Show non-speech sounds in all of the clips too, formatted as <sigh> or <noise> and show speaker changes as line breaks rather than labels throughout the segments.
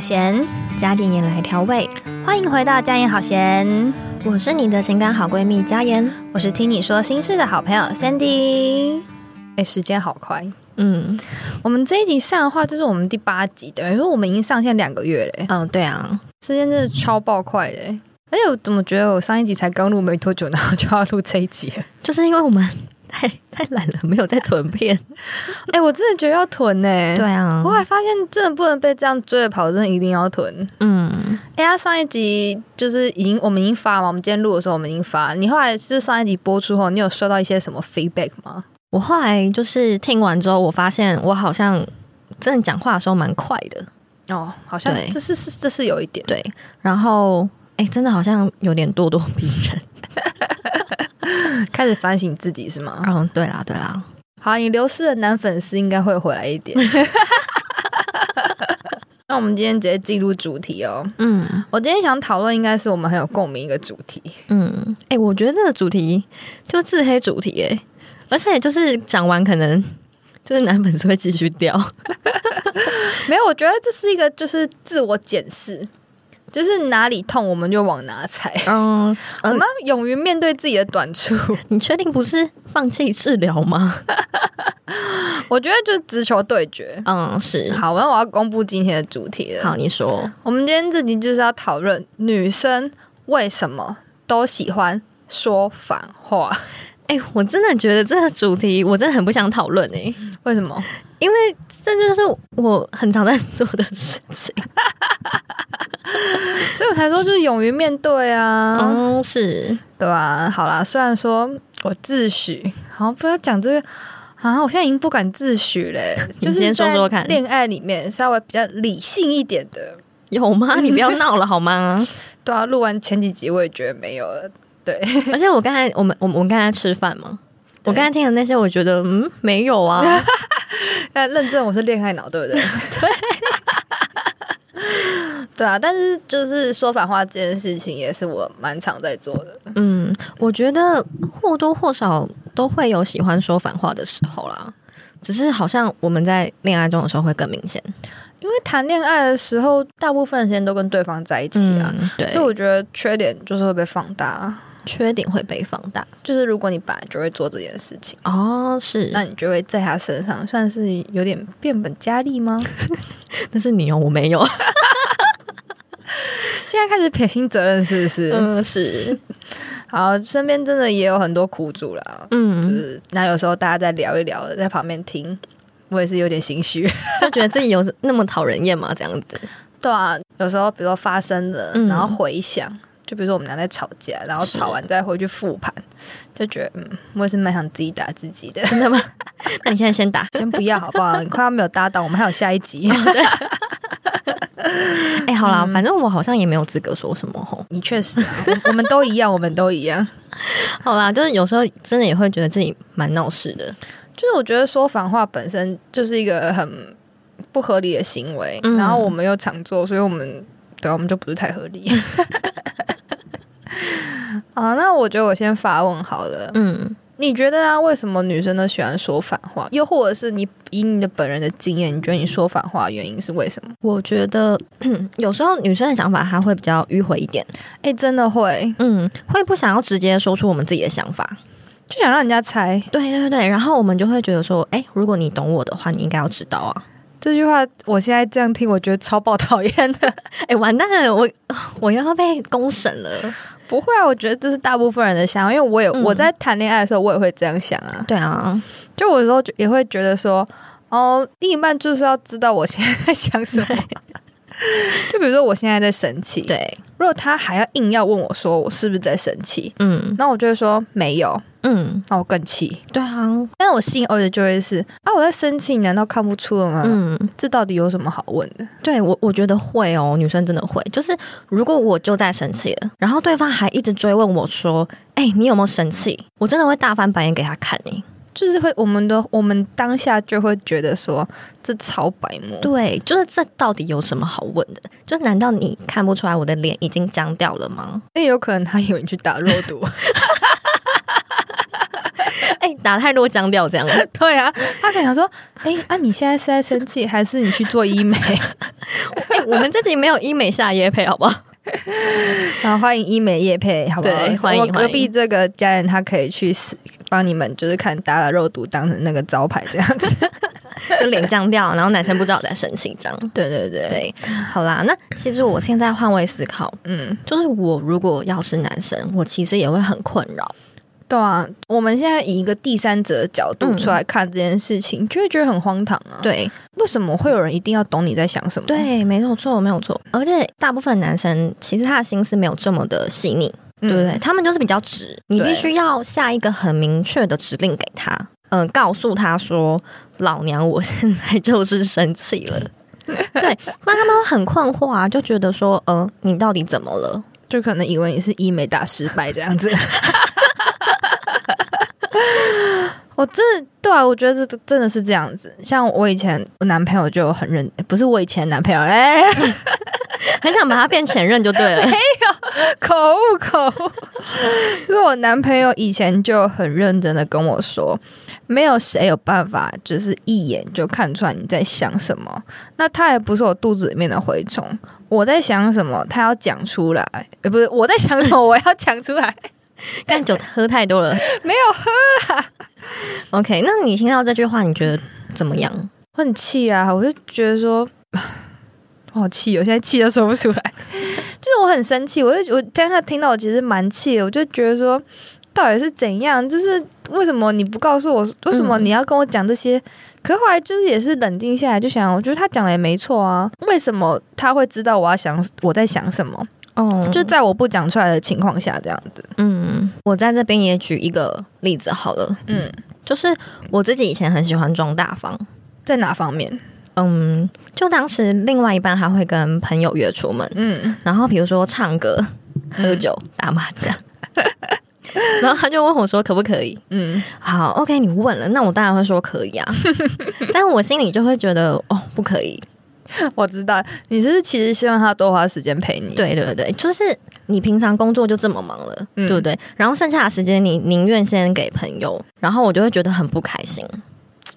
咸，
加点盐来调味。
欢迎回到《加盐好咸》，
我是你的情感好闺蜜加盐。
我是听你说心事的好朋友 Sandy。哎，时间好快，
嗯
我们这一集上的话就是我们第八集，等于说我们已经上线两个月嘞，
嗯，对啊，
时间真的超爆快嘞。而且我怎么觉得我上一集才刚录没多久，然后就要录这一集 <laughs> 了？
就是因为我们太太懒了，没有在囤片。
哎，我真的觉得要囤呢、
啊
我还发现真的不能被这样追着跑，真的一定要囤。
嗯，
哎、呀，上一集就是已经我们已经发嘛，我们今天录的时候我们已经发。你后来就是上一集播出后，你有收到一些什么 feedback 吗？
我后来就是听完之后，我发现我好像真的讲话的时候蛮快的，
哦，好像
对
这是是这是有一点，
对，然后哎、真的好像有点咄咄逼人。
开始反省自己是吗？
嗯，对啦，对啦，
好，你流失的男粉丝应该会回来一 <laughs> 点。那我们今天直接进入主题哦。
嗯
我今天想讨论应该是我们很有共鸣一个主题，
嗯，哎、我觉得这个主题就自黑主题、哎，而且就是讲完可能就是男粉丝会继续掉。
没有，我觉得这是一个就是自我检视，就是哪里痛我们就往哪踩。
嗯，
我们要勇于面对自己的短处，
你确定不是放弃治疗吗？
我觉得就是直球对决。
嗯，是。
好，那我要公布今天的主题了。
好，，你说。
我们今天这集就是要讨论女生为什么都喜欢说反话，
<laughs> 哎、我真的觉得这个主题我真的很不想讨论哎，
为什么？
因为这就是我很常在 <laughs> 做的事情。
所以我才说就是勇于面对啊，
嗯，是，
对吧、好啦，虽然说我自诩，好不要讲这个。啊！我现在已经不敢自诩
<laughs>
嘞，就
你
是
先说
在
说看
恋爱里面稍微比较理性一点的，
有吗？你不 <laughs> 要闹了好吗？
对啊。录完前几集我也觉得没有了，
而且我刚才我们我们我们刚才吃饭嘛，我刚才听的那些，我觉得嗯没有 <laughs> 啊，
那认证我是恋爱脑，对不对？对， <laughs> 对啊。但是就是说反话这件事情，也是我蛮常在做的。
嗯，我觉得或多或少都会有喜欢说反话的时候啦，只是好像我们在恋爱中的时候会更明显。
因为谈恋爱的时候，大部分的时间都跟对方在一起啊，
嗯，对
所以，我觉得缺点就是会被放大。
缺点会被放大。
就是如果你本来就会做这件事情，
哦，是，
那你就会在他身上算是有点变本加厉吗？
那是你哦，我没有。
<laughs> 现在开始撇清责任，是不是？
嗯，是，
好，身边真的也有很多苦主啦，就
嗯，
是那有时候大家在聊一聊，在旁边听，我也是有点心虚。
就觉得自己有那么讨人厌嘛，这样 <laughs> 子。
对啊，有时候比如说发生了，
嗯
然后回想，就比如说我们俩在吵架，然后
是
吵完再回去复盘，就觉得嗯，我也是蛮想自己打自己的。
真的吗？那你现在先打。
<laughs> 先不要好不
<laughs>
好？你快要没有搭档，我们还有下一集。
哎、好啦，反正我好像也没有资格说什么吼。
你确实、啊，我我们都一样，我们都一样。
好啦，就是有时候真的也会觉得自己蛮闹事的。
就是我觉得说反话本身就是一个很不合理的行为，
嗯
然后我们又常做，所以我们对啊、我们就不是太合
<laughs>
理。啊，那我觉得我先发问好了。
嗯，
你觉得啊，为什么女生都喜欢说反话？又或者是你以你的本人的经验，你觉得你说反话的原因是为什么？
我觉得 <clears throat> 有时候女生的想法她会比较迂回一点，
哎、真的会，
嗯，会不想要直接说出我们自己的想法。
就想让人家猜。
对对对，然后我们就会觉得说，哎、如果你懂我的话，你应该要知道啊。
这句话我现在这样听，我觉得超爆讨厌的。
哎、完蛋了，我 <sighs> 我要被公审了。
不会啊，我觉得这是大部分人的想法，因为我也、
嗯
我在谈恋爱的时候，我也会这样想啊。
对啊，
就我有时候也会觉得说，哦，另一半就是要知道我现在在想什么。就比如说我现在在生气，，
对，
如果他还要硬要问我说我是不是在生气，
嗯
那我就会说没有，
嗯，
那我更气。
对啊，
但是我心偶尔就会是啊，我在生气，难道看不出了吗？
嗯，
这到底有什么好问的？
对我我觉得会哦，女生真的会，就是如果我就在生气了，然后对方还一直追问我说：“哎、你有没有生气？”我真的会大翻白眼给他看诶。
就是会我们的我们当下就会觉得说这超白目，
对，就是这到底有什么好问的？就难道你看不出来我的脸已经僵掉了吗？
那有可能他以为你去打肉毒，
哎、打太多腔调这样。
<laughs> 对啊，他可能想说，哎、啊，你现在是在生气，还是你去做医美？ <laughs>
哎、我们自己没有医美下夜配，好不好？
然后欢迎医美业配，好不好？
对欢迎
我
欢
隔
迎
壁这个家人，他可以去试帮你们，就是看打打肉毒当成那个招牌这样子。
就脸僵掉，然后男生不知道我在生气这样。
对对对，
<laughs> 对，好啦，那其实我现在换位思考，
嗯，
就是我如果要是男生，我其实也会很困扰。
对啊，我们现在以一个第三者的角度
嗯
出来看这件事情，就会觉得很荒唐啊。，
对
为什么会有人一定要懂你在想什么？，
对，没有错，没有错。而且大部分男生其实他的心思没有这么的细腻，
嗯
对不对？？他们就是比较直，你
对
必须要下一个很明确的指令给他，嗯、告诉他说：“老娘我现在就是生气 <laughs> 了。”对，那他们会很困惑啊，就觉得说：“呃，你到底怎么了
就可能以为你是医美大失败这样子。 <laughs> 我真的对啊，我觉得这真的是这样子。像我以前我男朋友就很认，不是我以前男朋友，哎、？”
很想把他变前任就 <laughs> 对了。
口误口误。就是我男朋友以前就很认真的跟我说，没有谁有办法就是一眼就看出来你在想什么。那他也不是我肚子里面的蛔虫，我在想什么，他要讲出来，呃，不是我在想什么，我要讲出来。
但酒喝太多了，
没
有喝啦。OK，那你听到这句话，你觉得怎么样？
我很气啊！我就觉得说， <sighs> 我好气哦，我现在气都说不出来。 <laughs> 就是我很生气，我就我当下听到我其实蛮气的，我就觉得说，到底是怎样？就是为什么你不告诉我？为什么你要跟我讲这些？可是后来就是也是冷静下来，就想，我觉得他讲的也没错啊。为什么他会知道我要想我在想什么？
哦
就在我不讲出来的情况下，这样子。
嗯，我在这边也举一个例子好了，
嗯，
就是我自己以前很喜欢装大方，
在哪方面？
嗯，就当时另外一半还会跟朋友约出门，
嗯，
然后比如说唱歌、喝酒、打麻将， <laughs> 然后他就问我说可不可以？
嗯，
好，OK，你问了，那我当然会说可以啊，但我心里就会觉得哦，不可以。
<laughs> 我知道你是不是其实希望他多花时间陪你。，
对对对，就是你平常工作就这么忙了，
嗯
对不对？然后剩下的时间你宁愿先给朋友，然后我就会觉得很不开心。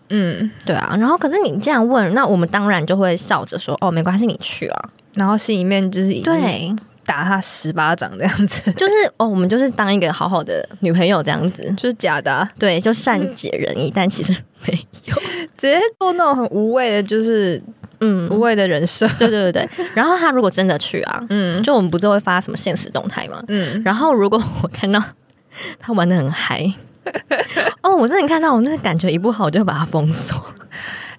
嗯，
对啊，然后可是你这样问，那我们当然就会笑着说：“哦，没关系，你去啊。
然后心里面就是已”经
对，
打他十巴掌这样子， <laughs>
就是哦，我们就是当一个好好的女朋友这样 <laughs> 子，
就是假的啊、
对，就善解人意，但其实没有。
直接做那种很无谓的，就是
嗯，
无谓的人设。
对对对对。然后他如果真的去啊，
嗯
就我们不是会发什么现实动态吗？
嗯，
然后如果我看到他玩的很嗨， <laughs> 哦，我真的看到我那个感觉一不好，我就会把他封锁。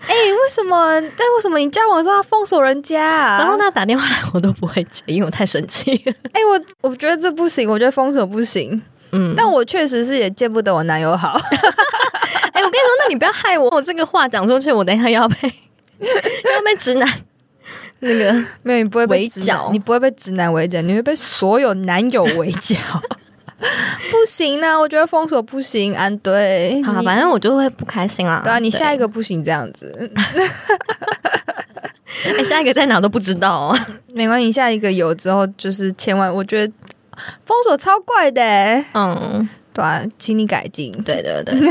哎、为什么？但为什么你交往的时候要封锁人家、啊？
然后？他打电话来，我都不会接，因为我太生气了。
哎、我我觉得这不行，我觉得封锁不行。
嗯，
但我确实是也见不得我男友好，
<laughs> 哎、我跟你说，那你不要害我，我这个话讲出去，我等一下又要被 <laughs> 又要被直男 <laughs> 那 <laughs> 个。
<laughs> 没有你不会被
围
直男
剿
你不会被直男围剿，你会被所有男友围剿。 <laughs> 不行呢、我觉得封锁不行，安对。
好啦，啊
你
反正我就会不开心啦。
对啊，你下一
个，
个不行这样子，
哎、下一个在哪都不知道哦。
没关系，下一个有之后就是千万，我觉得封锁超怪的、欸，
嗯，
对啊，请你改进。
<laughs> 对对对，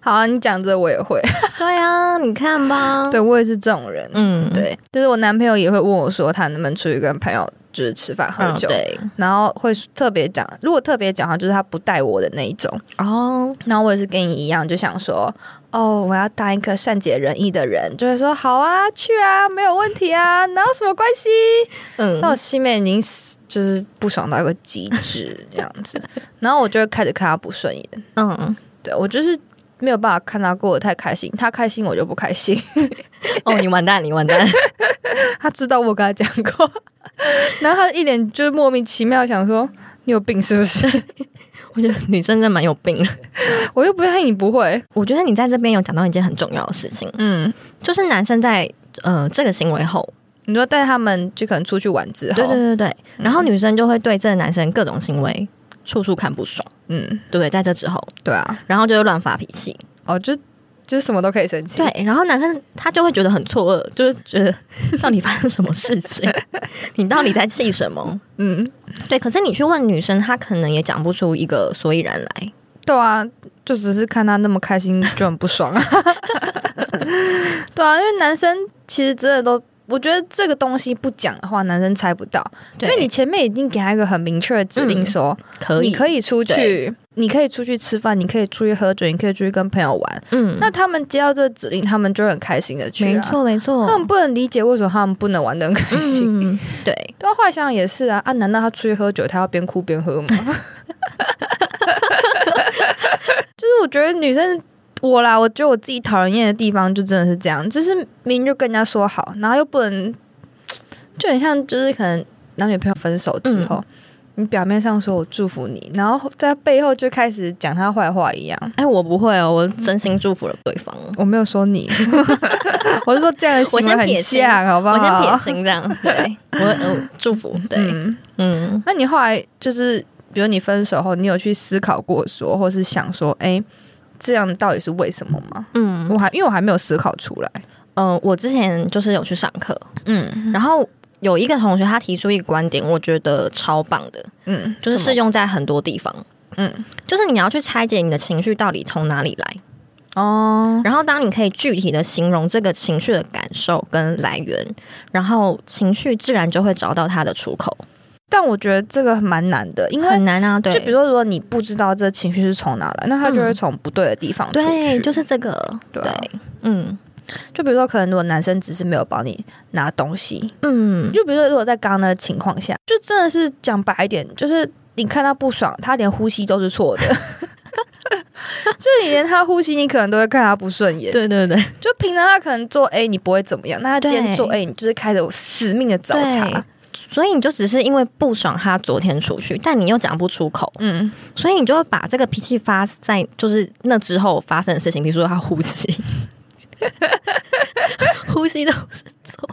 好啊，你讲这我也会，
<laughs> 对啊，你看吧。
对我也是这种人。
嗯，嗯，
对，就是我男朋友也会问我说，他能不能出去跟朋友就是吃饭喝酒，
对，
然后会特别讲，如果特别讲的话，就是他不带我的那一种。
哦，
然后我也是跟你一样，就想说，哦，我要当一个善解人意的人，就会说好啊，去啊，没有问题啊，哪有什么关系？
嗯
那我心里面已经是就是不爽到一个极致这样子， <laughs> 然后我就会开始看他不顺眼。
嗯，
对我就是没有办法看他过得太开心，他开心我就不开心。 <laughs>
哦，你完蛋，你完蛋。 <laughs>
他知道我跟他讲过， <laughs> 然后他一脸就是莫名其妙想说你有病是不 <laughs> 是？
我觉得女生真的蛮有病的。
我又不相信你不会。
我觉得你在这边有讲到一件很重要的事情，
嗯，
就是男生在呃这个行为后，
你说带他们就可能出去玩之后，
对对对对，然后嗯女生就会对这个男生各种行为处处看不爽，
嗯，
对不对？在这之后，
对啊，
然后就会乱发脾气，
哦，就就什么都可以生气。
对，然后男生他就会觉得很错愕，就是觉得到底发生什么
<laughs>
事情，你到底在气什么？
嗯，
对，可是你去问女生，她可能也讲不出一个所以然来。
对啊，就只是看他那么开心就很不爽啊。 <laughs> 对啊，因为男生其实真的都，我觉得这个东西不讲的话，男生猜不到，因
对，
为你前面已经给他一个很明确的指令
嗯
说，
可以，
你可以出去
对，
你可以出去吃饭，你可以出去喝酒，你可以出去跟朋友玩。
嗯，
那他们接到这个指令，他们就很开心的去、啊，
没。错没错，
他们不能理解为什么他们不能玩的很开心。
嗯，对，
对啊，后来想想也是啊，啊，难道他出去喝酒，他要边哭边喝吗？ <laughs> 就是我觉得女生，我啦，我觉得我自己讨人厌的地方就真的是这样，就是明明就跟人家说好，然后又不能，就很像就是可能男女朋友分手
嗯
之后，你表面上说我祝福你，然后在背后就开始讲他坏话一样。
哎，我不会哦，我真心祝福了对方，
我没有说你， <laughs> 我是说这样的行为
我先
很
撇清
像，好不好？
我先撇清这样，
<laughs>
对我我祝福，对，
嗯
嗯，
那你后来就是，比如你分手后，你有去思考过说，或是想说，哎、这样到底是为什么吗？
嗯
我还因为我还没有思考出来。
呃，我之前就是有去上课，
嗯
然后有一个同学他提出一个观点，我觉得超棒的，
嗯，
就是适用在很多地方。
嗯，
就是你要去拆解你的情绪到底从哪里来，
哦，
然后当你可以具体的形容这个情绪的感受跟来源，然后情绪自然就会找到它的出口。
但我觉得这个蛮难的，因为
很难啊，对，嗯
就比如说，如果你不知道这情绪是从哪来，那它就会从不对的地方出去。
对，就是这个，
对
对
啊
嗯
就比如说，可能如果男生只是没有帮你拿东西，
嗯，
就比如说，如果在刚刚的情况下，就真的是讲白一点，就是你看他不爽，他连呼吸都是错的， <laughs> 就是你连他呼吸，你可能都会看他不顺眼。
对对对，
就平常他可能做 A 你不会怎么样，那他今天
对
做 A 你就是开始有死命的找茬
对。所以你就只是因为不爽他昨天出去，但你又讲不出口，
嗯，
所以你就会把这个脾气发在就是那之后发生的事情，比如说他呼吸， <laughs> 呼吸都是错。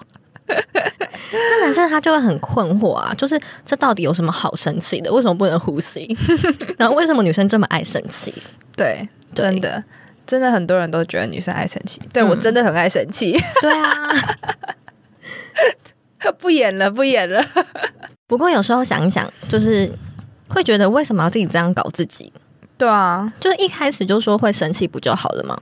那男生他就会很困惑啊，就是这到底有什么好生气的？为什么不能呼吸？然后为什么女生这么爱生气？
对，
对
真的。真的很多人都觉得女生爱生气，对、
嗯
我真的很爱生气， <laughs>
对啊，
不演了，不演了。
不过有时候想一想，就是会觉得为什么要自己这样搞自己？
对啊，
就是一开始就说会生气不就好了吗？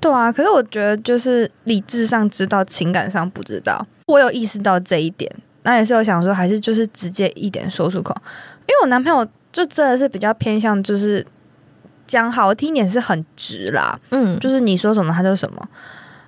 对啊。可是我觉得就是理智上知道，情感上不知道。我有意识到这一点，那也是我想说，还是就是直接一点说出口。因为我男朋友就真的是比较偏向，就是讲好听一点是很直啦，
嗯，
就是你说什么他就什么。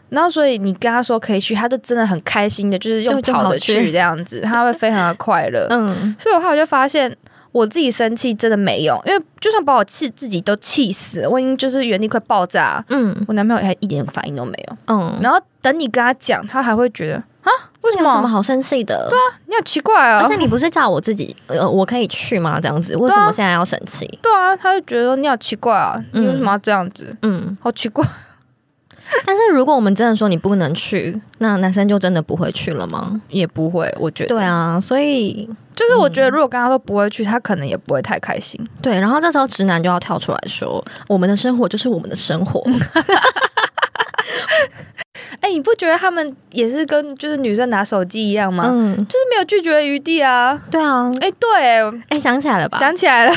然后，所以你跟他说可以去，他就真的很开心的，就是用
就就
跑的
跑
去
去
这样子，他会非 <laughs> 常的快乐。
嗯，
所以我后来就发现，我自己生气真的没用，因为就算把我气自己都气死了，我已经就是原地快爆炸了，
嗯
我男朋友还一点反应都没有。
嗯，
然后等你跟他讲，他还会觉得啊，为什
有什么
么？
好生气的？
你好奇怪啊
而！且你不是叫我自己，呃，我可以去吗？这样子，为什么现在要生气？
对啊，他就觉得说你好奇怪啊，你为什么要这样子？
嗯，
好奇怪。
但是如果我们真的说你不能去，那男生就真的不会去了吗？
<laughs> 也不会，我觉得嗯
对，啊，所以
就是我觉得如果跟他说不会去，他可能也不会太开心。
对，然后这时候直男就要跳出来说，我们的生活就是我们的生活，
哎、你不觉得他们也是跟就是女生拿手机一样吗？
嗯，
就是没有拒绝的余地啊！
对啊，
哎、对，
哎，想起来了吧？
想起来了，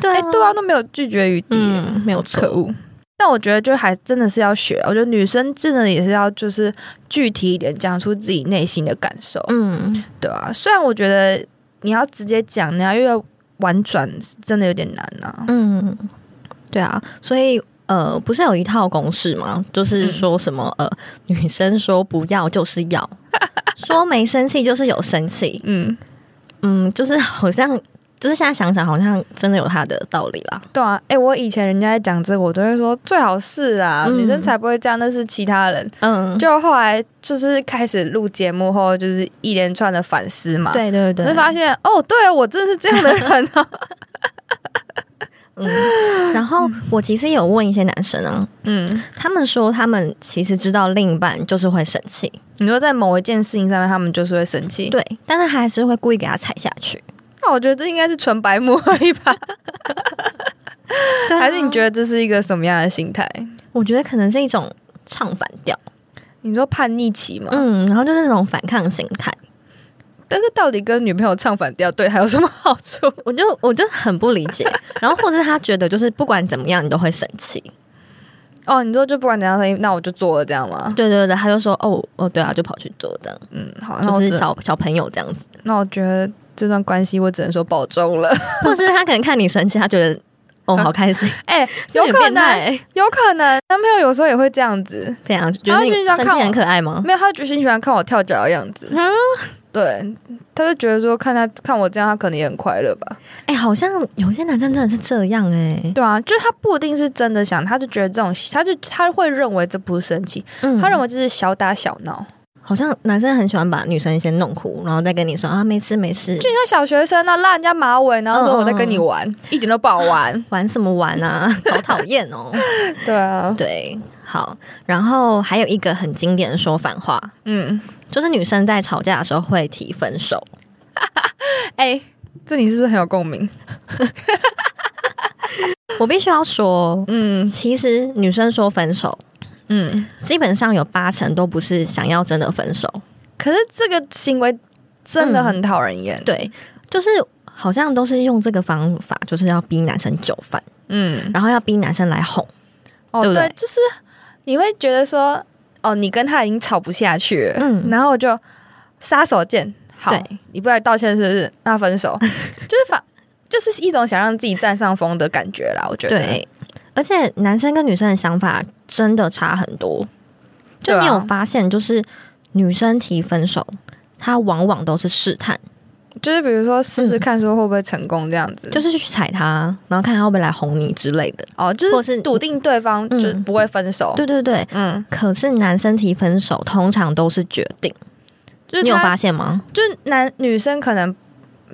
对
哎、
啊，
对啊，都没有拒绝余地，
嗯，没有错
可，恶。但我觉得就还真的是要学，啊我觉得女生真的也是要就是具体一点讲出自己内心的感受，
嗯，
对啊，虽然我觉得你要直接讲，你要又要婉转，是真的有点难啊。
嗯，对啊，所以呃，不是有一套公式吗？就是说什么、呃，女生说不要就是 <laughs> 要，说没生气就是有生气，
嗯，
嗯，就是好像就是现在想想，好像真的有它的道理啦。
对啊，哎、我以前人家在讲这个，我都会说最好是啦，
嗯
女生才不会这样，那是其他人。
嗯，
就后来就是开始录节目后，就是一连串的反思嘛。。
对对
就
对
是，发现哦，对我真的是这样的人
<laughs>
哦。
嗯。 <laughs> 然后我其实有问一些男生啊，
嗯，
他们说他们其实知道另一半就是会生气，
你说在某一件事情上面，他们就是会生气。
对，但是还是会故意给他踩下去。
那我觉得这应该是纯白目而已 <laughs> 吧？
对啊
还是你觉得这是一个什么样的心态？
我觉得可能是一种唱反调，
你说叛逆期吗？
嗯，然后就是那种反抗心态。
但是到底跟女朋友唱反调对还有什么好处？
我就我就很不理解。然后或者他觉得就是不管怎么样你都会生气，
<laughs> 哦，你说就不管怎样，那我就做了这样吗？
对对对，他就说哦哦对啊，就跑去做这样，
嗯，好，那
就
我
是
只
小小朋友这样
<laughs>
子，
那我觉得这段关系我只能说保重了。
或者是他可能看你生气，他觉得哦好开
<laughs>
心，
<laughs> 哎、
这
有
很
可
变态
能，
欸
有可能，男朋友有时候也会这样子，
这样觉
他
得
就
你
是要
生气
看我
很可爱吗？
没有，他就是很喜欢看我跳脚的样子。
啊
对，他就觉得说看他看我这样，他可能也很快乐吧。
哎、好像有些男生真的是这样哎、
对啊，就是他不一定是真的想，他就觉得这种，他就他会认为这不是生气，
嗯
他认为这是小打小闹，
好像男生很喜欢把女生先弄哭，然后再跟你说啊没事没事，
就像小学生啊，拉人家马尾，然后说我在
嗯
跟你玩，一点都不好玩。
<laughs> 玩什么
<laughs>
玩啊，好讨厌哦。
对啊，
对，好，然后还有一个很经典的说反话，
嗯，
就是女生在吵架的时候会提分手，
哎、这你是不是很有共鸣？
我必须要说，
嗯
其实女生说分手，
嗯，
基本上有八成都不是想要真的分手，
可是这个行为真
嗯
的很讨人厌。
对，就是好像都是用这个方法，就是要逼男生就范，
嗯，
然后要逼男生来哄。
哦
对不对
就是你会觉得说，哦，你跟他已经吵不下去了，
嗯
然后我就杀手锏，好
对，
你不来道歉是不是？那分
<laughs>
手，就是反，就是一种想让自己占上风的感觉啦。我觉得，
对，而且男生跟女生的想法真的差很多。
对
就
啊
你有发现，就是女生提分手，她往往都是试探，
就是比如说试试看，说会不会成功这样子，
嗯就是去踩他，然后看他会不会来哄你之类的。
哦，就
或
是
是
笃定对方
嗯
就不会分手。
对对对。
嗯，
可是男生提分手通常都是决定，
就是
你有
他
发现吗？
就是男女生可能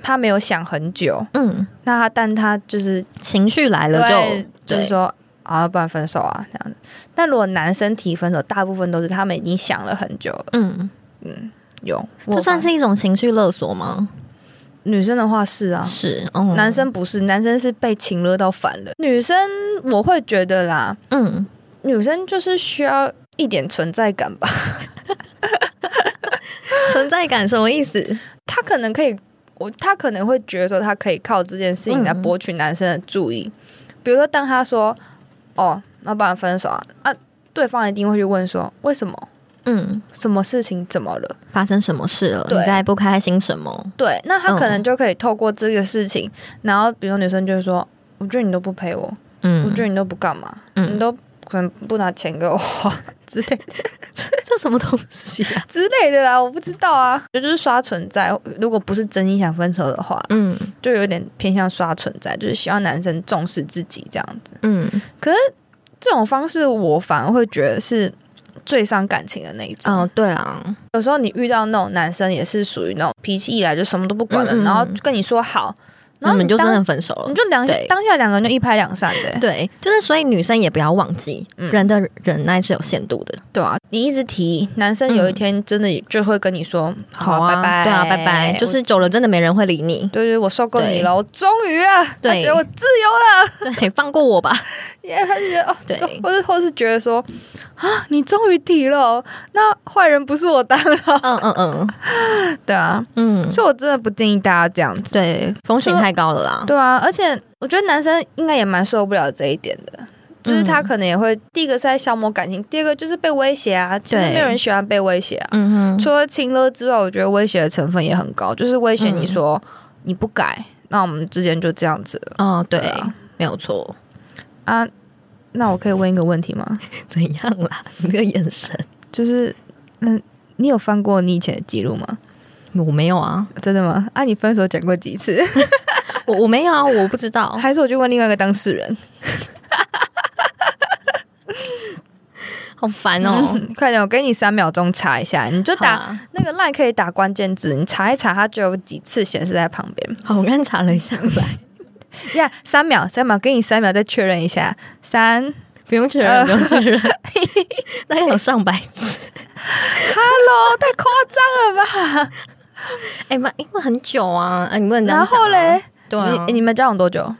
他没有想很久，
嗯，
那他但他就是
情绪来了
对
就，
就是说啊，不然分手啊这样子。但如果男生提分手，大部分都是他们已经想了很久了。
嗯，
有，
这算是一种情绪勒索吗？
女生的话是啊，
是，嗯，
男，生不是，男生是被情勒到烦了。女生我会觉得啦，
嗯，
女生就是需要一点存在感吧。 <laughs>
存在感什么意思？
她可能可以，我她可能会觉得说，她可以靠这件事情来
嗯
博取男生的注意。比如说，当她说“哦，那不然分手啊”，啊，对方一定会去问说“为什么？
嗯，
什么事情？怎么了
发生什么事了？你
对
在不开心什么？”？
对，那她
嗯
可能就可以透过这个事情，然后比如说女生就会说：“我觉得你都不陪我，
嗯，
我觉得你都不干嘛，
嗯
你都可能不拿钱给我花之类
这什么东西啊？
之类的啦，我不知道啊。就就是刷存在，如果不是真心想分手的话，
<laughs> 嗯
就有点偏向刷存在，就是希望男生重视自己这样子。
嗯，
这种方式我反而会觉得是最伤感情的那一种。
哦，对啦，
有时候你遇到那种男生也是属于那种脾气一来就什么都不管了，
嗯嗯嗯
然后跟你说好，然
那
后
你们就真
当
的分手
你
了。
就两
对
当下两个人就一拍两散的、
对，就是所以女生也不要忘记，
嗯
人的忍耐是有限度的。
对啊，你一直提，男生有一天真的就会跟你说：“好、
啊，
拜拜，
对啊，拜拜。就
我。
是久了，真的没人会理你
对对，我受够你
对
了，我终于啊，他
对
觉得我自
对， <laughs> 放过我吧。
也他就觉得哦，
对
终或是或是觉得说啊，你终于提了哦，那坏人不是我当了，
嗯嗯嗯
对啊，
嗯，
所以我真的不建议大家这样子，
对，风险太高了啦。
对啊，而且我觉得男生应该也蛮受不了这一点的。就是他可能也会，第一个是在消磨感情，第二个就是被威胁啊。其实
对
没有人喜欢被威胁啊。
嗯哼，
除了情勒之外，我觉得威胁的成分也很高，就是威胁你说、你不改，那我们之间就这样子了
哦，
对
对
啊，
没有错。
啊。那我可以问一个问题吗？
怎样啦？ <laughs> 你那个眼神，
就是，嗯，你有翻过你以前的记录吗？
我没有啊，
真的吗？啊，你分手讲过几次？
我我没有啊，我不知道。
还是我去问另外一个当事人？
好烦哦。
快点，我给你三秒钟查一下，你就
好
打
啊
那个 line 可以打关键字，你查一查，它就有几次显示在旁边。
好，我刚才查了一下来，
呀、三秒，三秒，给你三秒再确认一下。三哦
不用确认，不用确 <laughs> 认，大概有上百次。
，Hello，太夸张了吧？
哎妈，因为很久啊，哎，你不能这样
然后
讲啊，
嘞，
对啊，
你你们交往多久？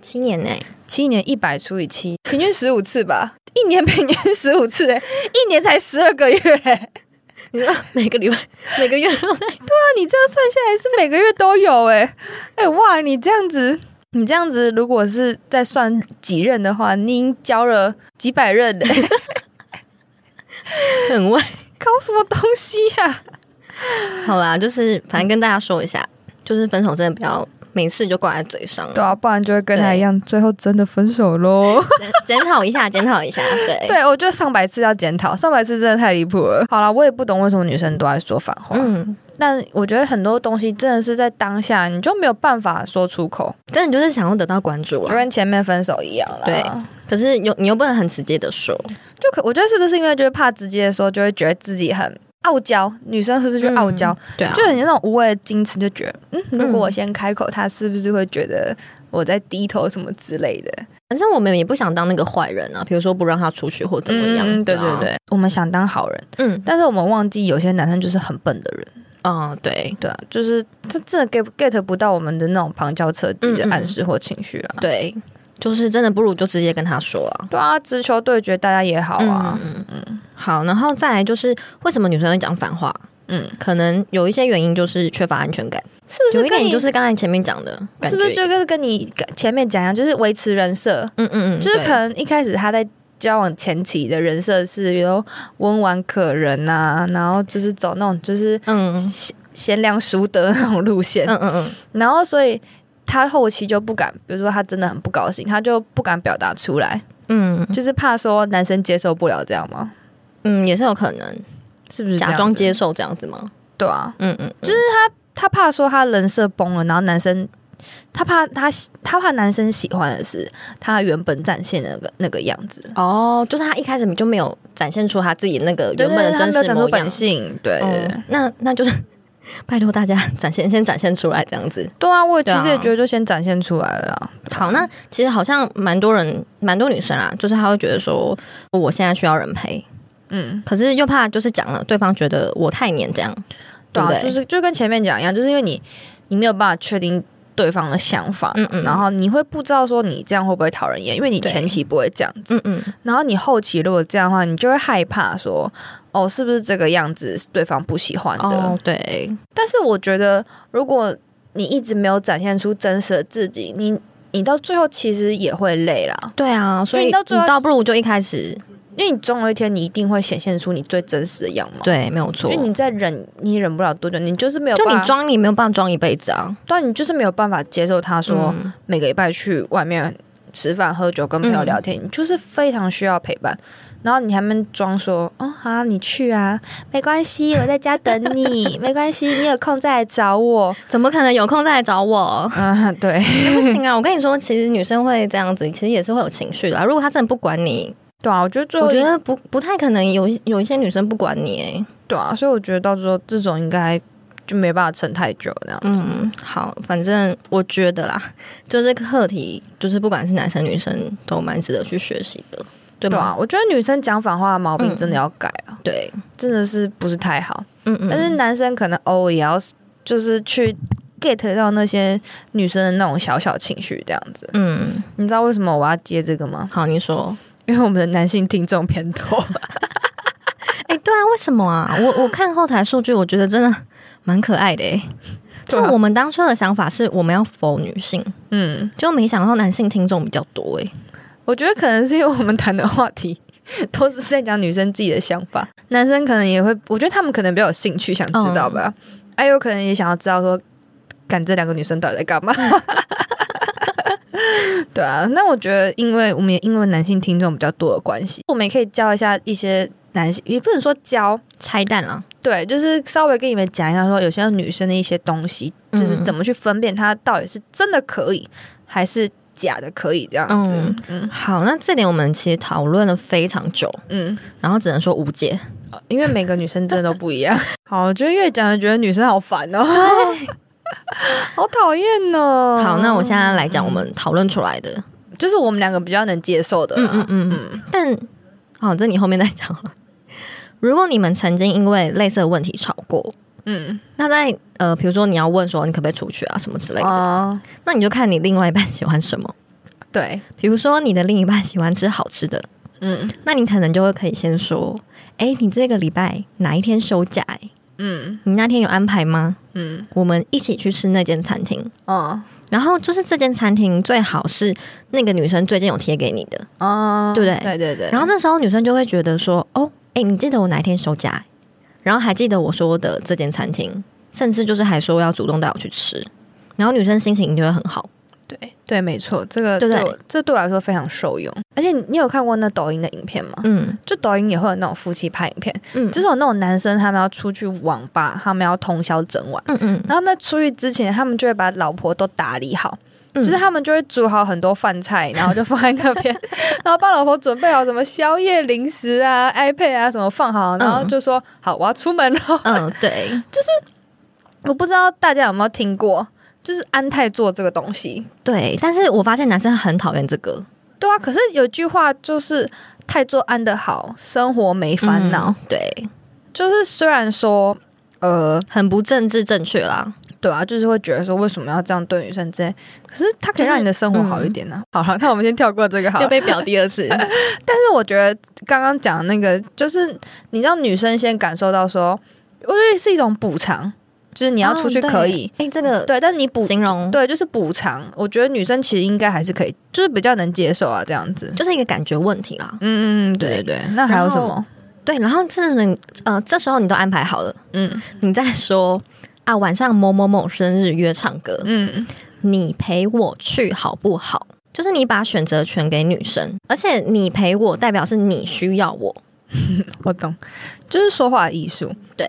七年呢、
七年一百除以七，平均十五次吧，一年平均十五次、欸，一年才十二个月、欸，
你知道每个礼拜、 <laughs> 每个月都在
那你这样算下来是每个月都有哎、哎、哇，你这样子，你这样子，如果是在算几任的话，你已经交了几百 <laughs> 任了、
很晚。
搞什么东西呀、
好啦，就是反正跟大家说一下，就是分手真的不要没事就挂在嘴上，
对啊，不然就会跟他一样，最后真的分手喽。
检检讨一下，检讨一下，
<laughs>
对。
对，我觉得上百次要检讨，上百次真的太离谱了。好啦，我也不懂为什么女生都爱说反话，
嗯，
但我觉得很多东西真的是在当下你就没有办法说出口，
真的就是想要得到关注
就
啊。
跟前面分手一样啦。
对可是又你又不能很直接的说，
就可我觉得是不是因为就是怕直接的时候就会觉得自己很傲娇，女生是不是就傲娇，
对啊，
就很像那种无谓的矜持，就觉得嗯，如
嗯
果我先开口，她是不是会觉得我在低头什么之类的？
反正我们也不想当那个坏人啊，比如说不让他出去或怎么样、
嗯嗯对对，对，我们想当好人，
嗯
但是我们忘记有些男生就是很笨的人，
啊、对
对啊，就是他真的 get get 不到我们的那种旁敲侧击的
嗯嗯嗯
暗示或情绪啊。
对，就是真的不如就直接跟他说啊。
对啊，直球对决大家也好啊，
嗯嗯嗯，好，然后再来就是为什么女生会讲反话？
嗯，
可能有一些原因就是缺乏安全感，
是不
有
是
一
跟
点
你
就是刚才前面讲的感觉，
是不是就跟跟你前面讲一样，就是维持人设，
嗯嗯嗯，
就是
对
可能一开始他在交往前期的人设是，比如温婉可人呐、然后就是走那种就是
嗯
贤良淑德那种路线，
嗯嗯嗯，
然后所以他后期就不敢，比如说他真的很不高兴，他就不敢表达出来，
嗯
就是怕说男生接受不了这样吗？
嗯，也是有可能
是不是这样
假
子
装接受这样子吗？
对啊，
嗯嗯，
就是他怕说他人设崩了，然后男生。他怕他他怕男生喜欢的是他原本展现的那个那个样子，
哦，就是他一开始就没有展现出他自己那个
对
原本的
对对他
真
没有
实
展
模
出
样，
本性，对对对。
哦那那就是拜托大家展现，先展现出来这样子。
对啊，我也其
对啊
实也觉得就先展现出来了啦。
好，那其实好像蛮多人，蛮多女生啊，就是她会觉得说，我现在需要人陪，
嗯，
可是又怕就是讲了，对方觉得我太黏这样，
对
不
啊，
对？
就是就跟前面讲一样，就是因为你你没有办法确定对方的想法，
嗯嗯
然后你会不知道说你这样会不会讨人厌，因为你
对
前期不会这样子，
嗯嗯，
然后你后期如果这样的话，你就会害怕说，哦，是不是这个样子是对方不喜欢的？
哦，对，
但是我觉得，如果你一直没有展现出真实的自己，你你到最后其实也会累啦，
对啊，所以
因为你
你
到最后
倒不如就一开始，
因为你总有一天你一定会显现出你最真实的样貌。
对，没有错
因为。你在忍，你忍不了多久，你就是没有
就
办
你
法，
装，你没有办法装一辈子啊。
对啊，你就是没有办法接受他说
嗯
每个礼拜去外面吃饭、喝酒、跟朋友聊天，
嗯
你就是非常需要陪伴。然后你还们装说哦好、啊，你去啊，没关系，我在家等
<laughs>
你，没关系，你有空再来找我。？
怎么可能有空再来找 <laughs> 我
嗯，对，
不行啊！我跟你说，其实女生会这样子，其实也是会有情绪的啊、如果她真的不管你，
对啊，我觉得最后
我
一
觉得不不太可能有一有一些女生不管你、欸。
对啊，所以我觉得到时候这种应该就没办法撑太久那样子。
嗯，好，反正我觉得啦，就这个课题，就是不管是男生女生，都蛮值得去学习的，对
对
吧？
啊，我觉得女生讲反话的毛病
嗯
真的要改啊，
对，
真的是不是太好。
嗯嗯。
但是男生可能偶尔也要就是去 get 到那些女生的那种小小情绪这样子。
嗯，
你知道为什么我要接这个吗？
好，你说，
因为我们的男性听众偏多，
哎、对啊，为什么啊？我我看后台数据，我觉得真的蛮可爱的、欸。就
<laughs> 对啊
我们当初的想法是我们要否女性，
嗯，
就没想到男性听众比较多哎、
我觉得可能是因为我们谈的话题 <laughs> 都是在讲女生自己的想法，男生可能也会，我觉得他们可能比较有兴趣想知道
嗯
吧，哎、有可能也想要知道说，干这两个女生到底在干
嗯
嘛。 <laughs> 对啊，那我觉得，因为我们也因为男性听众比较多的关系，我们也可以教一下一些男性，也不能说教，
拆弹啦，
对，就是稍微跟你们讲一下，说有些女生的一些东西，就是
嗯
怎么去分辨她到底是真的可以，还是假的可以这样子。
嗯
嗯
好，那这点我们其实讨论了非常久，
嗯
然后只能说无解。
因为每个女生真的都不一样。 <laughs> 好，我觉得越讲就觉得女生好烦哦， <laughs> 好讨厌哦。
哎好，那我现在来讲我们讨论出来的，
就是我们两个比较能接受的啦。
嗯嗯嗯。但哦，这你后面再讲了。如果你们曾经因为类似的问题吵过，
嗯
那在呃，比如说你要问说你可不可以出去啊什么之类的，
哦，
那你就看你另外一半喜欢什么。
对，
比如说你的另一半喜欢吃好吃的，
嗯
那你可能就会可以先说，哎、你这个礼拜哪一天休假、诶
嗯
你那天有安排吗？
嗯，
我们一起去吃那间餐厅。
哦
然后就是这间餐厅最好是那个女生最近有贴给你的，
哦，
对不
对对对。
然后这时候女生就会觉得说，哦，哎、你记得我哪一天休假、诶然后还记得我说的这间餐厅，甚至就是还说要主动带我去吃，然后女生心情就会很好。
对对，没错，这个
对
对
不对
我这对我来说非常受用。而且你你有看过那抖音的影片吗？
嗯
就抖音也会有那种夫妻拍影片，
嗯，
就是有那种男生他们要出去网吧，他们要通宵整晚。
嗯嗯，
然后他们在出去之前，他们就会把老婆都打理好，
嗯
就是他们就会煮好很多饭菜，然后就放在那
<laughs>
边，然后帮老婆准备好什么宵夜、零食啊、iPad 啊什么放好，然后就说、好，我要出门了。
嗯对，
<laughs> 我不知道大家有没有听过，就是安泰做这个东西。
对，但是我发现男生很讨厌这个
对啊，可是有句话就是“泰做安得好，生活没烦恼”
嗯对，
就是虽然说，呃，
很不政治正确啦。
对啊，就是会觉得说为什么要这样对女生之类，可是它可以
就是嗯
让你的生活好一点呢、啊好了，那我们先跳过这个好了
要。被表第二次，
但是我觉得刚刚讲的那个，就是你让女生先感受到说，我觉得是一种补偿，就是你
<laughs> 你
要出去可以，
哎、诶这个
哦对，但是你补
形容
对就是补偿，我觉得女生其实应该还是可以，就是比较能接受啊，这样子。
就是一个感觉问题啦。
嗯嗯，嗯对对对，那还有什么？
对，然后这人呃，这时候你都安排好了，
嗯
你再说啊，晚上某某某生日约唱歌，
嗯
你陪我去好不好？就是你把选择权给女生，而且你陪我代表是你需要我，
我懂，就是说话艺术。
对，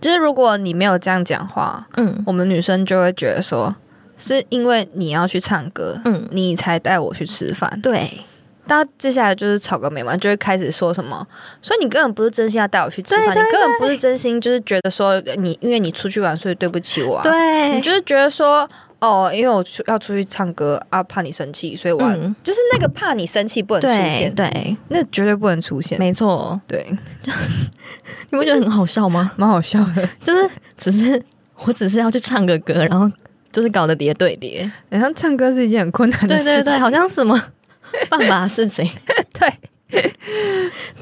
就是如果你没有这样讲话，
嗯
我们女生就会觉得说，是因为你要去唱歌，
嗯，
你才带我去吃饭。
对，
大家接下来就是吵个没完，就会开始说什么，所以你根本不是真心要带我去吃饭，
对对
你根本不是真心就是觉得说你因为你出去玩，所以对不起我、啊，，
对
你，就是觉得说哦，因为我出要出去唱歌啊，怕你生气，所以我要、
嗯，
就是那个怕你生气不能出
对
现，
对，
那绝对不能出现，
没错，
对，
你不觉得很好笑吗？
蛮好笑 <laughs> 的，
<laughs> 就是只是我只是要去唱个歌，然后就是搞得叠对叠，
好像唱歌是一件很困难的
对
事情，
<laughs> 对对，好像是什么犯法的事情，
对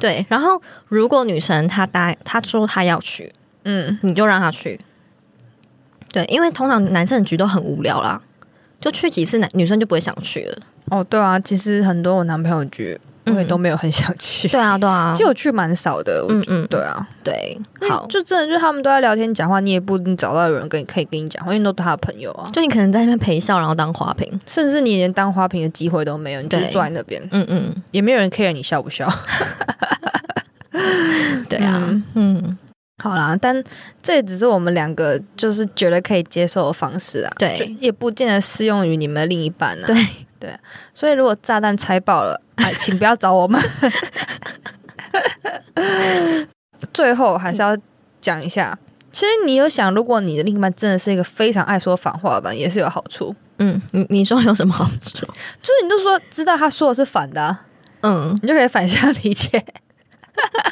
对。然后如果女生她答她说她要去，
嗯
你就让她去，对，因为通常男生的局都很无聊啦，就去几次男女生就不会想去了，
哦对啊，其实很多我男朋友局我也都没有很想去，
对啊对啊，
嗯其实我去蛮少的，我
嗯嗯
对啊。
对，
因为
好。
就真的就是他们都在聊天讲话，你也不一定找到有人跟你可以跟你讲话，因为都是他的朋友啊，
就你可能在那边陪笑，然后当花瓶，
甚至你连当花瓶的机会都没有，你就是
对
坐在那边，
嗯嗯，
也没有人 care 你笑不笑。
对啊，嗯，
好啦，但这也只是我们两个就是觉得可以接受的方式啊，
对
就也不见得适用于你们的另一半
<laughs>
啊。
对
对，所以如果炸弹拆爆了，哎，请不要找 <laughs> 我们。最后还是要讲一下，其实你有想，如果你的另一半真的是一个非常爱说反话的人，也是有好处。
嗯，你你说有什么好处？
就是你就说知道他说的是反的啊、
嗯，
你就可以反向理解。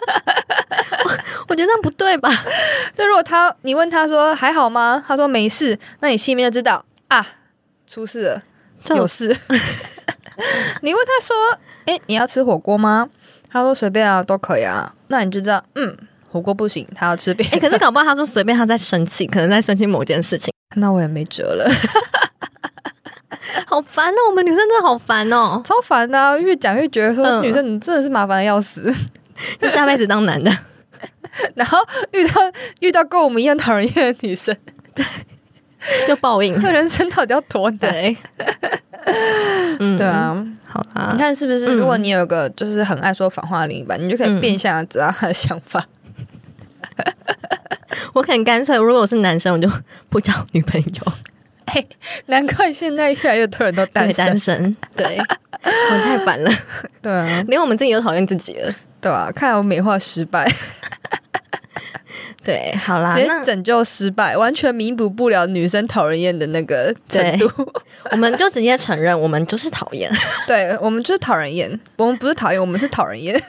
<laughs>
我觉得这样不对吧？
就如果他你问他说还好吗？他说没事，那你心里面就知道啊，出事了，
<laughs> 就
有事。 <laughs> 你问他说，哎、你要吃火锅吗？他说随便啊，都可以啊。那你就知道，嗯，火锅不行，他要吃别
哎、
的。
可是搞不好他说随便他在生气，可能在生气某件事情，
<laughs> 那我也没辙了，
<laughs> 好烦哦！我们女生真的好烦哦，
超烦的、啊。越讲越觉得说，
嗯
女生你真的是麻烦的要死。
<laughs>
<laughs>
就下辈子当男的， <laughs>
然后遇到遇到跟我们一样讨人厌的女生，
就报应。
那人生到底要多难？
<laughs> 对，嗯
对，啊，
好
你
啦，
看是不是？
嗯
如果你有一个就是很爱说反话的另一半，你就可以变相地知道他的想法。
我很干脆，如果我是男生，我就不交女朋 <laughs> 友，
<laughs> 难怪现在越来越多人都单
对，单
身。
身，对， <laughs> 我太烦了，
对啊，
连我们自己都讨厌自己了。
对啊，看来我美化失败，
对，好啦，
直接
那
拯救失败，完全弥补不了女生讨人厌的那个程度。
<laughs> 我们就直接承认，我们就是讨厌。
<laughs> 对我们就是讨人厌，我们不是讨厌，我们是讨人厌。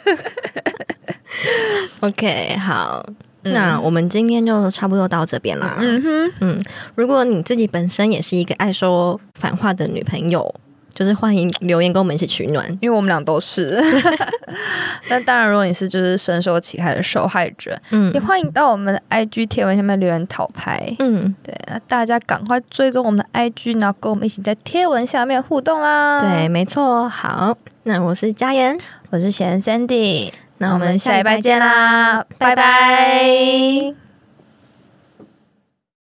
<laughs> OK，好。那我们今天就差不多到这边啦。
<laughs> 嗯哼，
如果你自己本身也是一个爱说反话的女朋友，就是欢迎留言跟我们一起取暖。
因为我们俩都是。 <laughs> 那当然，如果你是就是深受其害的受害者，
嗯
也欢迎到我们的 IG 贴文下面留言讨拍。
嗯，
对，那大家赶快追踪我们的 IG，然后跟我们一起在贴文下面互动啦。
对，，没错。好，那我是佳妍，
我是贤 Sandy，那
那我
我
们
们
下
下
礼
礼
拜
拜
见
见
啦
啦，拜
拜拜
拜